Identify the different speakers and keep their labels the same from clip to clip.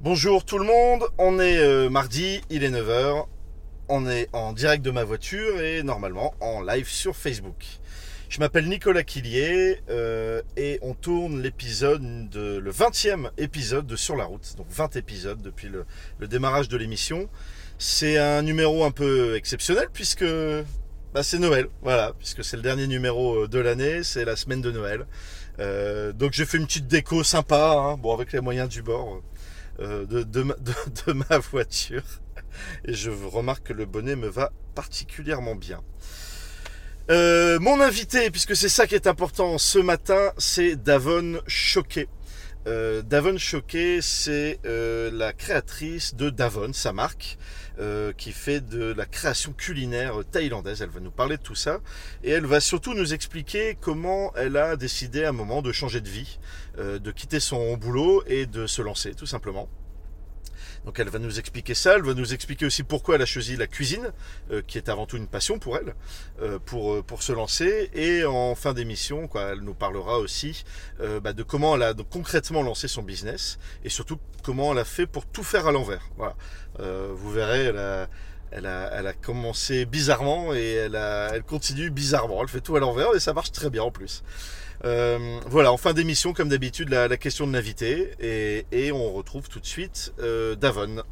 Speaker 1: Bonjour tout le monde, on est euh, mardi, il est 9h, on est en direct de ma voiture et normalement en live sur Facebook. Je m'appelle Nicolas Quillier euh, et on tourne l'épisode de le 20e épisode de Sur la route, donc 20 épisodes depuis le, le démarrage de l'émission. C'est un numéro un peu exceptionnel puisque bah, c'est Noël, voilà, puisque c'est le dernier numéro euh, de l'année, c'est la semaine de Noël. Euh, donc j'ai fait une petite déco sympa, hein, bon avec les moyens du bord. Euh, de, de, ma, de, de, ma voiture. Et je remarque que le bonnet me va particulièrement bien. Euh, mon invité, puisque c'est ça qui est important ce matin, c'est Davon Choquet. Euh, Davon Choquet, c'est euh, la créatrice de Davon, sa marque, euh, qui fait de la création culinaire thaïlandaise. Elle va nous parler de tout ça et elle va surtout nous expliquer comment elle a décidé à un moment de changer de vie, euh, de quitter son boulot et de se lancer, tout simplement. Donc elle va nous expliquer ça, elle va nous expliquer aussi pourquoi elle a choisi la cuisine, euh, qui est avant tout une passion pour elle, euh, pour, pour se lancer. Et en fin d'émission, quoi, elle nous parlera aussi euh, bah, de comment elle a donc, concrètement lancé son business et surtout comment elle a fait pour tout faire à l'envers. Voilà. Euh, vous verrez, elle a, elle a, elle a, commencé bizarrement et elle, a, elle, continue bizarrement. Elle fait tout à l'envers et ça marche très bien en plus. Euh, voilà, en fin d'émission, comme d'habitude, la, la, question de l'invité et, et, on retrouve tout de suite euh, Davon.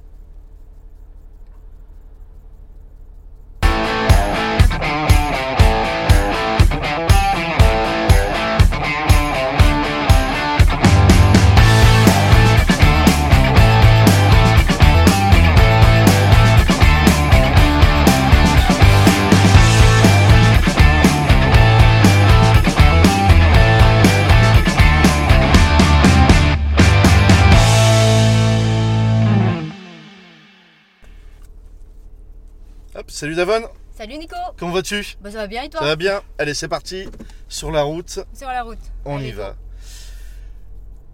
Speaker 1: Salut Davon
Speaker 2: Salut Nico
Speaker 1: Comment vas-tu
Speaker 2: bah, Ça va bien et toi
Speaker 1: Ça va bien Allez c'est parti Sur la route
Speaker 2: Sur la route
Speaker 1: On Allez, y va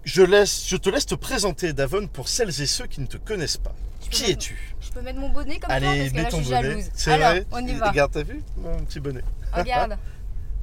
Speaker 1: je, laisse, je te laisse te présenter Davon pour celles et ceux qui ne te connaissent pas. Qui
Speaker 2: mettre,
Speaker 1: es-tu
Speaker 2: Je peux mettre mon bonnet comme
Speaker 1: Allez,
Speaker 2: ça parce que
Speaker 1: mets
Speaker 2: là,
Speaker 1: ton
Speaker 2: je suis
Speaker 1: bonnet.
Speaker 2: jalouse.
Speaker 1: C'est
Speaker 2: Alors,
Speaker 1: vrai
Speaker 2: on y va.
Speaker 1: Regarde, t'as vu Mon petit bonnet.
Speaker 2: Regarde.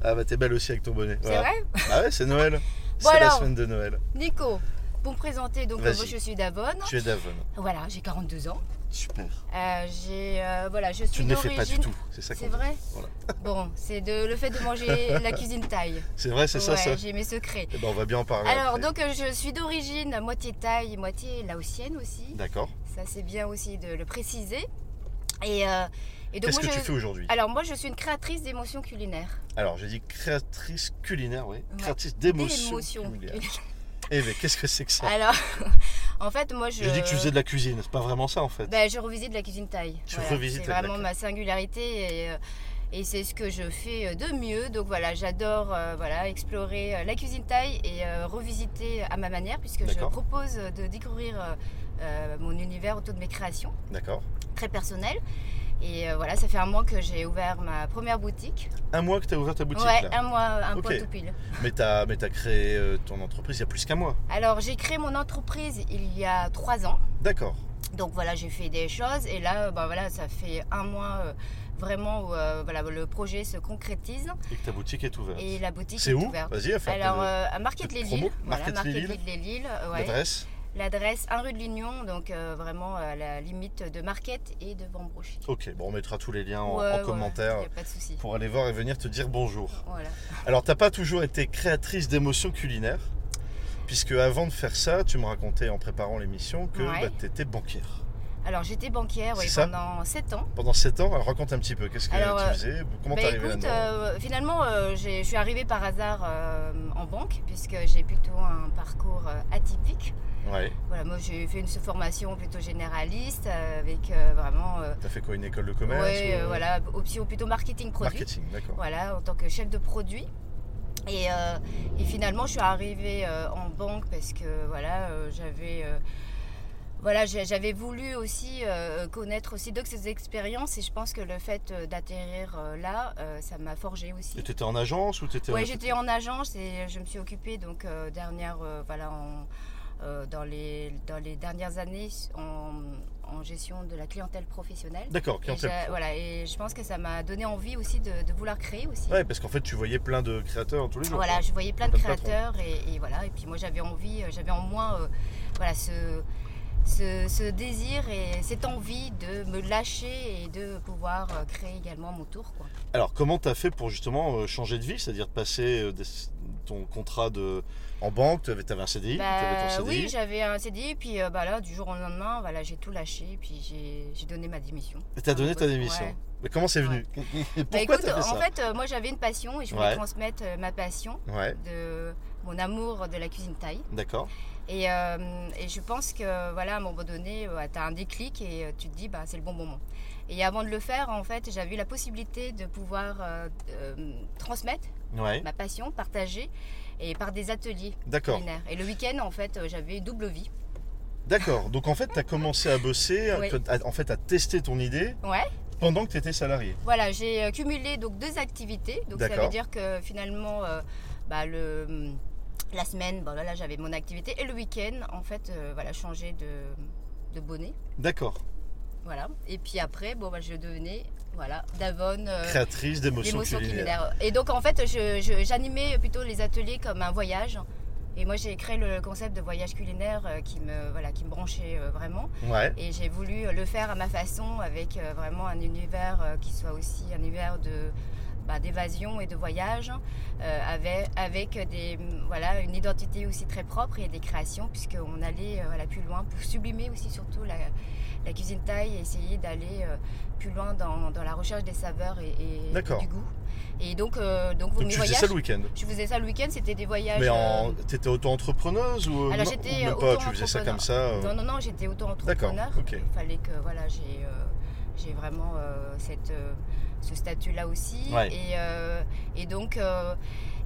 Speaker 1: ah bah t'es belle aussi avec ton bonnet.
Speaker 2: C'est vrai
Speaker 1: Ah ouais, c'est Noël.
Speaker 2: Bon
Speaker 1: c'est la
Speaker 2: alors.
Speaker 1: semaine de Noël.
Speaker 2: Nico, pour me présenter, donc
Speaker 1: Vas-y.
Speaker 2: moi je suis Davon.
Speaker 1: Tu es Davon.
Speaker 2: Voilà, j'ai 42 ans.
Speaker 1: Super.
Speaker 2: Euh, j'ai euh, voilà, je suis
Speaker 1: Tu ne les fais pas
Speaker 2: d'origine.
Speaker 1: du tout. C'est ça qu'on
Speaker 2: C'est
Speaker 1: dit.
Speaker 2: vrai
Speaker 1: Voilà.
Speaker 2: Bon, c'est de le fait de manger la cuisine thaï.
Speaker 1: C'est vrai, c'est ça,
Speaker 2: Ouais,
Speaker 1: ça.
Speaker 2: J'ai mes secrets.
Speaker 1: Eh ben, on va bien en parler.
Speaker 2: Alors
Speaker 1: après.
Speaker 2: donc euh, je suis d'origine à moitié thaï, moitié laotienne aussi.
Speaker 1: D'accord.
Speaker 2: Ça c'est bien aussi de le préciser. Et, euh, et donc
Speaker 1: Qu'est-ce
Speaker 2: moi
Speaker 1: que
Speaker 2: je,
Speaker 1: tu fais aujourd'hui
Speaker 2: Alors moi je suis une créatrice d'émotions culinaires.
Speaker 1: Alors, j'ai dit créatrice culinaire, oui.
Speaker 2: Ouais.
Speaker 1: Créatrice d'émotions.
Speaker 2: D'émotions
Speaker 1: culinaires. Eh ben, qu'est-ce que c'est que ça
Speaker 2: Alors en fait moi je.
Speaker 1: J'ai dit que tu faisais de la cuisine, c'est pas vraiment ça en fait.
Speaker 2: Ben, je revisite la cuisine thaï.
Speaker 1: Tu revisites
Speaker 2: C'est
Speaker 1: la- la
Speaker 2: vraiment
Speaker 1: cu-
Speaker 2: ma singularité et, euh, et c'est ce que je fais euh, de mieux. Donc voilà, j'adore euh, voilà, explorer euh, la cuisine thaï et euh, revisiter à ma manière puisque je
Speaker 1: D'accord.
Speaker 2: propose de découvrir euh, euh, mon univers autour de mes créations,
Speaker 1: D'accord.
Speaker 2: très personnelles. Et euh, voilà, ça fait un mois que j'ai ouvert ma première boutique.
Speaker 1: Un mois que tu as ouvert ta boutique
Speaker 2: ouais,
Speaker 1: là.
Speaker 2: un mois, un
Speaker 1: Ok.
Speaker 2: point tout pile.
Speaker 1: Mais tu as, créé euh, ton entreprise il y a plus qu'un mois.
Speaker 2: Alors j'ai créé mon entreprise il y a trois ans.
Speaker 1: D'accord.
Speaker 2: Donc voilà, j'ai fait des choses et là, euh, bah voilà, ça fait un mois euh, vraiment où euh, voilà, le projet se concrétise
Speaker 1: Et que ta boutique est ouverte.
Speaker 2: et la boutique est,
Speaker 1: Ah. C'est où
Speaker 2: ouverte.
Speaker 1: Vas-y, fais
Speaker 2: Alors
Speaker 1: un
Speaker 2: euh, à Market
Speaker 1: petite
Speaker 2: les
Speaker 1: promo.
Speaker 2: Lilles, voilà,
Speaker 1: Market les
Speaker 2: Market Lilles les Lilles, euh,
Speaker 1: peu
Speaker 2: ouais.
Speaker 1: l'adresse.
Speaker 2: l'adresse 1 rue de l'Union, donc euh, vraiment à la limite de Market et de Van Brochet.
Speaker 1: Ok, bon, on mettra tous les liens en,
Speaker 2: Ouais,
Speaker 1: en
Speaker 2: ouais,
Speaker 1: commentaire
Speaker 2: Il n'y a pas de souci.
Speaker 1: pour aller voir et venir te dire bonjour.
Speaker 2: Voilà.
Speaker 1: Alors, t'as pas toujours été créatrice d'émotions culinaires, puisque avant de faire ça, tu me racontais en préparant l'émission que
Speaker 2: Ouais.
Speaker 1: tu étais banquière.
Speaker 2: Alors j'étais banquière oui,
Speaker 1: C'est ça
Speaker 2: pendant 7 ans.
Speaker 1: Pendant 7 ans, alors raconte un petit peu, qu'est-ce que
Speaker 2: Alors,
Speaker 1: tu
Speaker 2: euh,
Speaker 1: faisais Comment
Speaker 2: Bah,
Speaker 1: t'es arrivée
Speaker 2: écoute,
Speaker 1: là-dedans
Speaker 2: euh, finalement, euh, j'ai- je suis arrivée par hasard euh, en banque puisque j'ai plutôt un parcours euh, atypique.
Speaker 1: Ouais,
Speaker 2: Voilà, moi j'ai fait une formation plutôt généraliste euh, avec euh, vraiment euh,
Speaker 1: t'as fait quoi Une école de commerce
Speaker 2: ouais,
Speaker 1: ou-
Speaker 2: euh, voilà, option plutôt marketing produit.
Speaker 1: Marketing, d'accord.
Speaker 2: Voilà, en tant que chef de produit. Et, euh, et finalement, je suis arrivée euh, en banque parce que voilà, euh, j'avais euh, voilà, j'ai- j'avais voulu aussi euh, connaître aussi d'autres expériences et je pense que le fait euh, d'atterrir euh, là, euh, ça m'a forgé aussi.
Speaker 1: Et t'étais en agence ou t'étais
Speaker 2: Ouais, j'étais en agence et je me suis occupée donc euh, dernière euh, voilà en, euh, dans les dans les dernières années en, en gestion de la clientèle professionnelle.
Speaker 1: D'accord,
Speaker 2: Et
Speaker 1: clientèle.
Speaker 2: j'ai- voilà et je pense que ça m'a donné envie aussi de, de vouloir créer aussi.
Speaker 1: Ouais, parce qu'en fait, tu voyais plein de créateurs tous les jours.
Speaker 2: Voilà,
Speaker 1: quoi.
Speaker 2: je voyais plein de
Speaker 1: Plein de patrons.
Speaker 2: créateurs et, et voilà et puis moi j'avais envie, euh, j'avais en moi euh, voilà ce ce, ce désir et cette envie de me lâcher et de pouvoir euh, créer également mon tour. Quoi.
Speaker 1: Alors, comment tu as fait pour justement euh, changer de vie C'est-à-dire de passer euh, des- ton contrat de... en banque, tu avais, un CDI, t'avais
Speaker 2: Bah,
Speaker 1: ton CDI.
Speaker 2: oui, j'avais un CDI, puis euh, bah, là, du jour au lendemain, voilà, j'ai tout lâché, puis j'ai- j'ai donné ma démission.
Speaker 1: et tu as donné ta
Speaker 2: Ouais.
Speaker 1: démission. Mais comment c'est venu
Speaker 2: Bah,
Speaker 1: Pourquoi
Speaker 2: écoute,
Speaker 1: t'as fait
Speaker 2: en
Speaker 1: ça
Speaker 2: fait, euh, moi j'avais une passion et je voulais
Speaker 1: Ouais.
Speaker 2: transmettre euh, ma passion
Speaker 1: Ouais,
Speaker 2: de mon amour de la cuisine thaï.
Speaker 1: d'accord.
Speaker 2: Et, euh, et je pense que voilà, à un moment donné, tu as un déclic et euh, tu te dis bah, c'est le bon moment. Et avant de le faire, en fait, j'avais eu la possibilité de pouvoir euh, euh, transmettre
Speaker 1: Ouais,
Speaker 2: ma passion, partager, et par des ateliers
Speaker 1: d'accord.
Speaker 2: culinaires. Et le week-end, en fait, euh, j'avais une double vie.
Speaker 1: D'accord. Donc en fait, tu as commencé à bosser,
Speaker 2: Oui.
Speaker 1: à- en fait, à tester ton idée
Speaker 2: Ouais.
Speaker 1: pendant que tu étais salarié.
Speaker 2: Voilà, j'ai euh, cumulé donc deux activités. Donc ça
Speaker 1: D'accord.
Speaker 2: veut dire que finalement, euh, bah, le, la semaine, bon, là j'avais mon activité et le week-end, en fait, euh, voilà, changer de, de bonnet.
Speaker 1: D'accord.
Speaker 2: Voilà. Et puis après, bon, bah, je devenais voilà, Davonne. euh,
Speaker 1: Créatrice d'émotions
Speaker 2: L'émotion
Speaker 1: culinaires.
Speaker 2: culinaire. Et donc en fait, je- je- j'animais plutôt les ateliers comme un voyage. Et moi, j'ai créé le concept de voyage culinaire euh, qui me, voilà, qui me branchait euh, vraiment.
Speaker 1: Ouais,
Speaker 2: Et j'ai voulu euh, le faire à ma façon, avec euh, vraiment un univers euh, qui soit aussi un univers de bah, d'évasion et de voyage, euh, avec, avec des, mm, voilà, une identité aussi très propre et des créations, puisqu'on allait euh, voilà, plus loin pour sublimer aussi surtout la, la cuisine thaï et essayer d'aller euh, plus loin dans, dans la recherche des saveurs et, et- et
Speaker 1: D'accord.
Speaker 2: du goût. Et donc, euh, donc,
Speaker 1: donc
Speaker 2: mes
Speaker 1: tu faisais
Speaker 2: voyages,
Speaker 1: ça le week-end.
Speaker 2: je faisais ça le week-end, c'était des voyages...
Speaker 1: Mais
Speaker 2: euh,
Speaker 1: en... t'étais auto-entrepreneuse ou,
Speaker 2: Alors,
Speaker 1: ou
Speaker 2: j'étais,
Speaker 1: même
Speaker 2: euh,
Speaker 1: pas Tu faisais ça
Speaker 2: auto-entrepreneur.
Speaker 1: comme ça euh,
Speaker 2: Non, non, non, j'étais auto-entrepreneur.
Speaker 1: D'accord, ok.
Speaker 2: Il fallait que voilà, j'ai euh, j'ai vraiment euh, cette, euh, ce statut-là aussi.
Speaker 1: Ouais.
Speaker 2: Et, euh, et, donc, euh,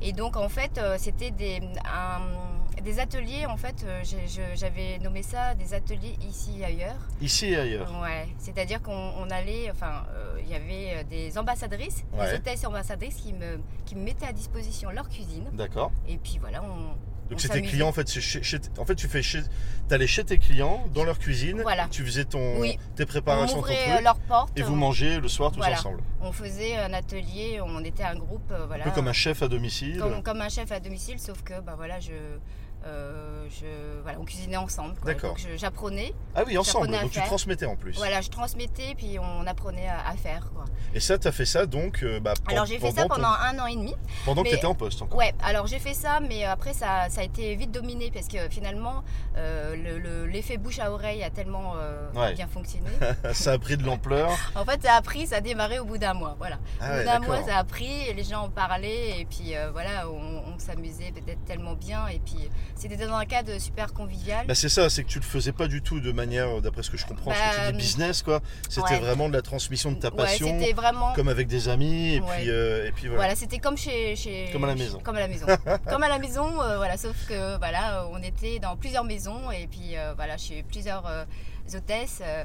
Speaker 2: et donc, en fait, euh, c'était des, un- des ateliers. En fait, euh, j'ai- je- j'avais nommé ça des ateliers ici et ailleurs.
Speaker 1: Ici et ailleurs.
Speaker 2: Ouais, c'est-à-dire qu'on on allait, enfin, euh, il y avait euh, des ambassadrices,
Speaker 1: Ouais.
Speaker 2: des hôtesses ambassadrices qui me, qui me mettaient à disposition leur cuisine.
Speaker 1: D'accord.
Speaker 2: Et puis voilà, on,
Speaker 1: Donc
Speaker 2: On
Speaker 1: c'était
Speaker 2: s'amusait.
Speaker 1: client en fait, c'est chez- chez- en fait tu fais chez, t'allais chez tes clients dans leur cuisine,
Speaker 2: Voilà.
Speaker 1: tu faisais ton
Speaker 2: Oui.
Speaker 1: tes
Speaker 2: on
Speaker 1: préparations, ton
Speaker 2: ouvrait
Speaker 1: truc,
Speaker 2: euh, leurs portes.
Speaker 1: et vous
Speaker 2: on-
Speaker 1: mangez le soir tous
Speaker 2: Voilà.
Speaker 1: ensemble,
Speaker 2: On faisait un atelier, on était un groupe, euh, voilà.
Speaker 1: un peu comme un chef à domicile.
Speaker 2: comme- comme un chef à domicile, sauf que bah voilà, je, euh, je- voilà, on cuisinait ensemble. quoi.
Speaker 1: D'accord.
Speaker 2: Donc, je- J'apprenais,
Speaker 1: ah oui, ensemble.
Speaker 2: j'apprenais à
Speaker 1: Donc tu
Speaker 2: faire.
Speaker 1: transmettais en plus.
Speaker 2: voilà, je transmettais, puis on apprenait à, à faire. quoi.
Speaker 1: Et ça, t'as fait ça donc euh, bah,
Speaker 2: Alors j'ai fait ça
Speaker 1: ton-
Speaker 2: pendant un an et demi.
Speaker 1: pendant que
Speaker 2: mais-
Speaker 1: t'étais en poste encore.
Speaker 2: Ouais, alors j'ai fait ça, mais après ça, ça a été vite dominé parce que finalement, euh, le- le- l'effet bouche à oreille a tellement euh,
Speaker 1: Ouais.
Speaker 2: bien fonctionné.
Speaker 1: ça a pris de l'ampleur.
Speaker 2: en fait, ça a pris, ça a démarré au bout d'un mois. Voilà.
Speaker 1: Ah
Speaker 2: Au
Speaker 1: ouais,
Speaker 2: bout d'un
Speaker 1: d'accord.
Speaker 2: mois, ça a pris, et les gens en parlaient, et puis euh, voilà, on, on s'amusait peut-être tellement bien, et puis c'était dans un cadre super convivial.
Speaker 1: Bah c'est ça, c'est que tu le faisais pas du tout de manière, euh, d'après ce que je comprends,
Speaker 2: Bah,
Speaker 1: parce que tu dis
Speaker 2: euh,
Speaker 1: business quoi. C'était
Speaker 2: ouais.
Speaker 1: vraiment de la transmission de ta passion,
Speaker 2: ouais, c'était vraiment.
Speaker 1: comme avec des amis et
Speaker 2: Ouais.
Speaker 1: puis euh, et puis voilà.
Speaker 2: Voilà, c'était comme chez, chez-
Speaker 1: Comme à la maison.
Speaker 2: Comme à la maison. comme à la maison, euh, voilà, sauf que voilà, euh, on était dans plusieurs maisons et puis euh, voilà, chez plusieurs euh, hôtesses, euh,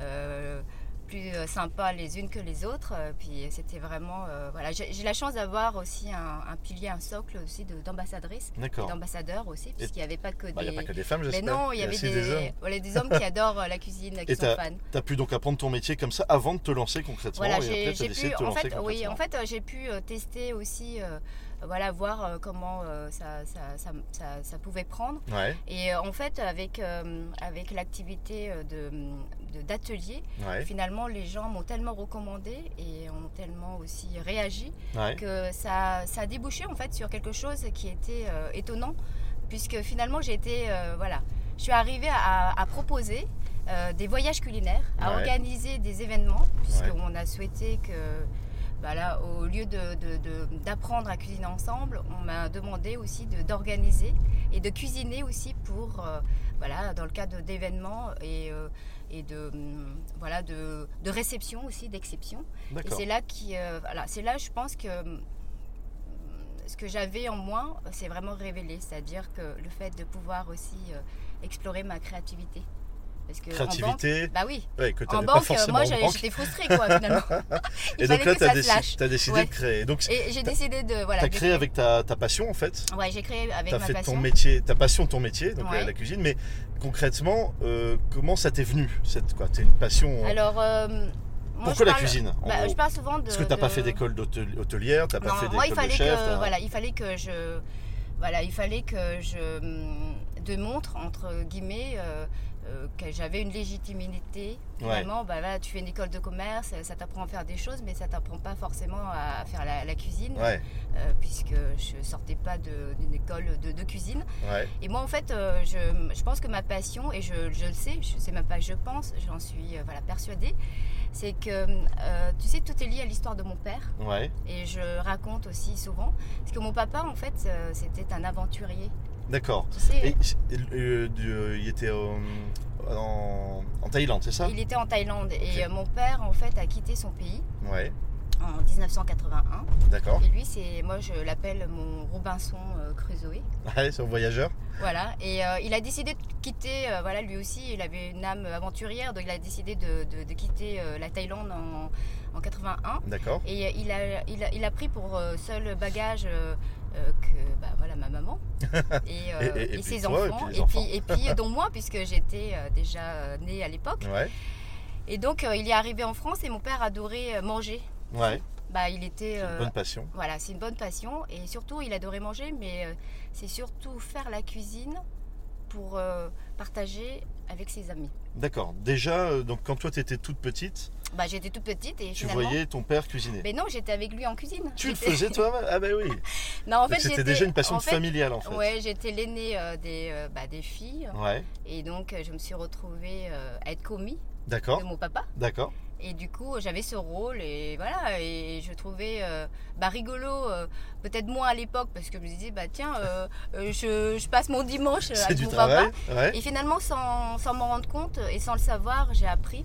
Speaker 2: euh, plus euh, sympas les unes que les autres. euh, Puis c'était vraiment, euh, voilà, j'ai j'ai la chance d'avoir aussi un, un pilier, un socle aussi de- d'ambassadrices et
Speaker 1: D'accord.
Speaker 2: d'ambassadeurs aussi, puisqu'il n'y avait pas que
Speaker 1: Bah, y
Speaker 2: des.
Speaker 1: a pas que des femmes,
Speaker 2: mais
Speaker 1: j'espère.
Speaker 2: non, il y avait
Speaker 1: aussi
Speaker 2: des,
Speaker 1: hommes.
Speaker 2: voilà, des hommes qui adorent euh, la cuisine, qui
Speaker 1: Et
Speaker 2: sont
Speaker 1: t'as-
Speaker 2: fans.
Speaker 1: T'as pu donc apprendre ton métier comme ça avant de te lancer concrètement
Speaker 2: Voilà,
Speaker 1: et
Speaker 2: j'ai
Speaker 1: après
Speaker 2: j'ai
Speaker 1: t'as décidé
Speaker 2: pu,
Speaker 1: de te
Speaker 2: en
Speaker 1: lancer
Speaker 2: fait, oui,
Speaker 1: concrètement.
Speaker 2: en fait, euh, j'ai pu euh, tester aussi, euh, voilà, voir euh, comment euh, ça, ça, ça- ça- ça pouvait prendre.
Speaker 1: Ouais,
Speaker 2: Et euh, en fait, avec, euh, avec l'activité euh, de de- d'atelier,
Speaker 1: ouais,
Speaker 2: finalement, les gens m'ont tellement recommandé et ont tellement aussi réagi
Speaker 1: ouais.
Speaker 2: que euh, ça, ça a débouché en fait sur quelque chose qui était euh, étonnant, puisque finalement j'ai été, euh, voilà, je suis arrivée à, à proposer euh, des voyages culinaires, à
Speaker 1: Ouais.
Speaker 2: organiser des événements,
Speaker 1: Ouais.
Speaker 2: puisqu'on a souhaité que, voilà, au lieu de- de- de- d'apprendre à cuisiner ensemble, on m'a demandé aussi de- d'organiser et de cuisiner aussi pour, euh, voilà, dans le cadre d'événements et, euh, et de, hum, voilà, de, de réception aussi, d'exception. Et
Speaker 1: D'accord.
Speaker 2: c'est là qui, euh, voilà, c'est là, je pense que hum, ce que j'avais en moi, c'est vraiment révélé, c'est-à-dire que le fait de pouvoir aussi euh, explorer ma créativité, parce que en banque,
Speaker 1: Créativité,
Speaker 2: bah oui,
Speaker 1: ouais, que
Speaker 2: en
Speaker 1: t'avais pas
Speaker 2: banque, euh,
Speaker 1: forcément
Speaker 2: moi
Speaker 1: en
Speaker 2: j'avais-
Speaker 1: banque.
Speaker 2: j'étais frustrée quoi finalement. Il
Speaker 1: Et donc
Speaker 2: fallait
Speaker 1: là,
Speaker 2: que
Speaker 1: t'as
Speaker 2: ça
Speaker 1: déci-
Speaker 2: se lâche.
Speaker 1: t'as décidé
Speaker 2: Ouais.
Speaker 1: de créer. Donc
Speaker 2: Et j'ai
Speaker 1: t'as-
Speaker 2: décidé de voilà.
Speaker 1: t'as
Speaker 2: de-
Speaker 1: créé avec ta, ta passion en fait.
Speaker 2: Ouais, j'ai créé avec
Speaker 1: T'as
Speaker 2: ma
Speaker 1: fait
Speaker 2: passion.
Speaker 1: ton métier, ta passion, ton métier, donc
Speaker 2: Ouais.
Speaker 1: euh, la cuisine. Mais concrètement, euh, comment ça t'est venu cette quoi T'es une passion. euh,
Speaker 2: Alors, euh, moi, je
Speaker 1: Pourquoi la
Speaker 2: parle-
Speaker 1: cuisine en
Speaker 2: bah,
Speaker 1: gros
Speaker 2: Je parle souvent de.
Speaker 1: Parce que t'as pas
Speaker 2: de-
Speaker 1: fait d'école d'hôtel- hôtelière, t'as pas
Speaker 2: Non,
Speaker 1: fait
Speaker 2: moi, il
Speaker 1: d'école de
Speaker 2: fallait
Speaker 1: chef.
Speaker 2: que
Speaker 1: t'as-
Speaker 2: voilà, il fallait que je voilà, il fallait que je hum, démontre, entre guillemets, euh, euh, que j'avais une légitimité.
Speaker 1: Ouais.
Speaker 2: Vraiment, bah là, tu fais une école de commerce, ça t'apprend à faire des choses, mais ça t'apprend pas forcément à faire la, la cuisine,
Speaker 1: Ouais,
Speaker 2: euh, puisque je sortais pas de- d'une école de, de cuisine.
Speaker 1: ouais,
Speaker 2: Et moi, en fait, euh, je, je pense que ma passion, et je, je le sais, je sais même pas, je pense, j'en suis euh, voilà, persuadée, c'est que, euh, tu sais, tout est lié à l'histoire de mon père.
Speaker 1: ouais.
Speaker 2: Et je raconte aussi souvent, parce que mon papa, en fait, euh, c'était un aventurier.
Speaker 1: D'accord.
Speaker 2: Tu sais,
Speaker 1: Et euh, du- il était euh, en, en Thaïlande, c'est ça
Speaker 2: euh, il était en Thaïlande.
Speaker 1: Ok.
Speaker 2: Et euh, mon père, en fait, a quitté son pays
Speaker 1: Ouais,
Speaker 2: en 1981.
Speaker 1: d'accord.
Speaker 2: Et lui, c'est, moi, je l'appelle mon Robinson euh, Crusoe.
Speaker 1: Ouais, c'est un voyageur.
Speaker 2: Voilà, et euh, il a décidé de quitter, euh, voilà, lui aussi, il avait une âme aventurière, donc il a décidé de, de- de quitter euh, la Thaïlande en, en 81.
Speaker 1: D'accord.
Speaker 2: Et euh, il a, il a, il a pris pour euh, seul bagage euh, euh, que, bah, voilà, ma maman et, euh,
Speaker 1: Et- et- et puis
Speaker 2: ses
Speaker 1: toi, et
Speaker 2: enfants,
Speaker 1: puis les
Speaker 2: et
Speaker 1: enfants.
Speaker 2: puis, et puis, euh, dont moi, puisque j'étais euh, déjà euh, née à l'époque.
Speaker 1: Ouais,
Speaker 2: Et donc, euh, il est arrivé en France et mon père adorait euh, manger.
Speaker 1: ouais.
Speaker 2: Bah, il était... euh,
Speaker 1: Bonne passion.
Speaker 2: voilà, c'est une bonne passion et surtout il adorait manger, mais euh, c'est surtout faire la cuisine pour euh, partager avec ses amis.
Speaker 1: D'accord. Déjà, euh, donc quand toi t'étais toute petite,
Speaker 2: Bah, j'étais toute petite et
Speaker 1: tu
Speaker 2: finalement.
Speaker 1: voyais ton père cuisiner.
Speaker 2: Mais non, j'étais avec lui en cuisine.
Speaker 1: Tu le
Speaker 2: J'étais-
Speaker 1: faisais toi-même Ah ben oui.
Speaker 2: Non, en
Speaker 1: Donc
Speaker 2: fait,
Speaker 1: C'était
Speaker 2: j'étais-
Speaker 1: déjà une passion
Speaker 2: en fait,
Speaker 1: familiale en fait.
Speaker 2: Ouais, j'étais l'aînée euh, des, euh, bah, des filles
Speaker 1: Ouais.
Speaker 2: et donc euh, je me suis retrouvée euh, à être commis de
Speaker 1: D'accord.
Speaker 2: mon papa.
Speaker 1: D'accord.
Speaker 2: Et du coup, j'avais ce rôle et voilà, et je trouvais euh, bah, rigolo, euh, peut-être moins à l'époque, parce que je me disais, bah tiens, euh, euh, je, je passe mon dimanche
Speaker 1: C'est
Speaker 2: avec
Speaker 1: du
Speaker 2: mon papa.
Speaker 1: travail. Ouais.
Speaker 2: Et finalement, sans, sans m'en rendre compte et sans le savoir, j'ai appris.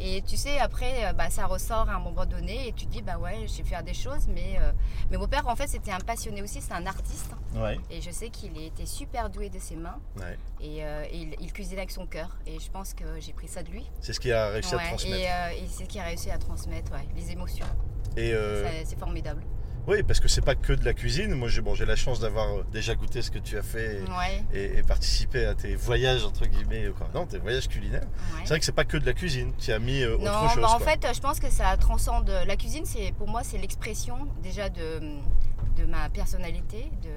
Speaker 2: Et tu sais, après, euh, bah, ça ressort à un moment donné et tu te dis, bah ouais, je sais faire des choses, mais, euh, mais mon père, en fait, c'était un passionné aussi, c'est un artiste.
Speaker 1: Ouais.
Speaker 2: Et je sais qu'il était super doué de ses mains
Speaker 1: Ouais.
Speaker 2: et, euh, et il, il cuisinait avec son cœur. Et je pense que j'ai pris ça de lui.
Speaker 1: C'est ce qu'il a réussi à
Speaker 2: Ouais,
Speaker 1: te
Speaker 2: et,
Speaker 1: transmettre.
Speaker 2: euh, et c'est ce qu'il a réussi à transmettre, ouais, les émotions.
Speaker 1: Et, euh,
Speaker 2: Ça, C'est formidable.
Speaker 1: oui, parce que c'est pas que de la cuisine. Moi, j'ai bon, j'ai la chance d'avoir euh, déjà goûté ce que tu as fait. et-
Speaker 2: Ouais,
Speaker 1: Et, et participé à tes voyages entre guillemets, euh, quoi. non, tes voyages culinaires.
Speaker 2: ouais.
Speaker 1: C'est vrai que c'est pas que de la cuisine. Tu as mis euh, autre
Speaker 2: Non,
Speaker 1: chose.
Speaker 2: bah, en
Speaker 1: quoi.
Speaker 2: fait, je pense que ça transcende. La cuisine, c'est pour moi, c'est l'expression déjà de, de ma personnalité, de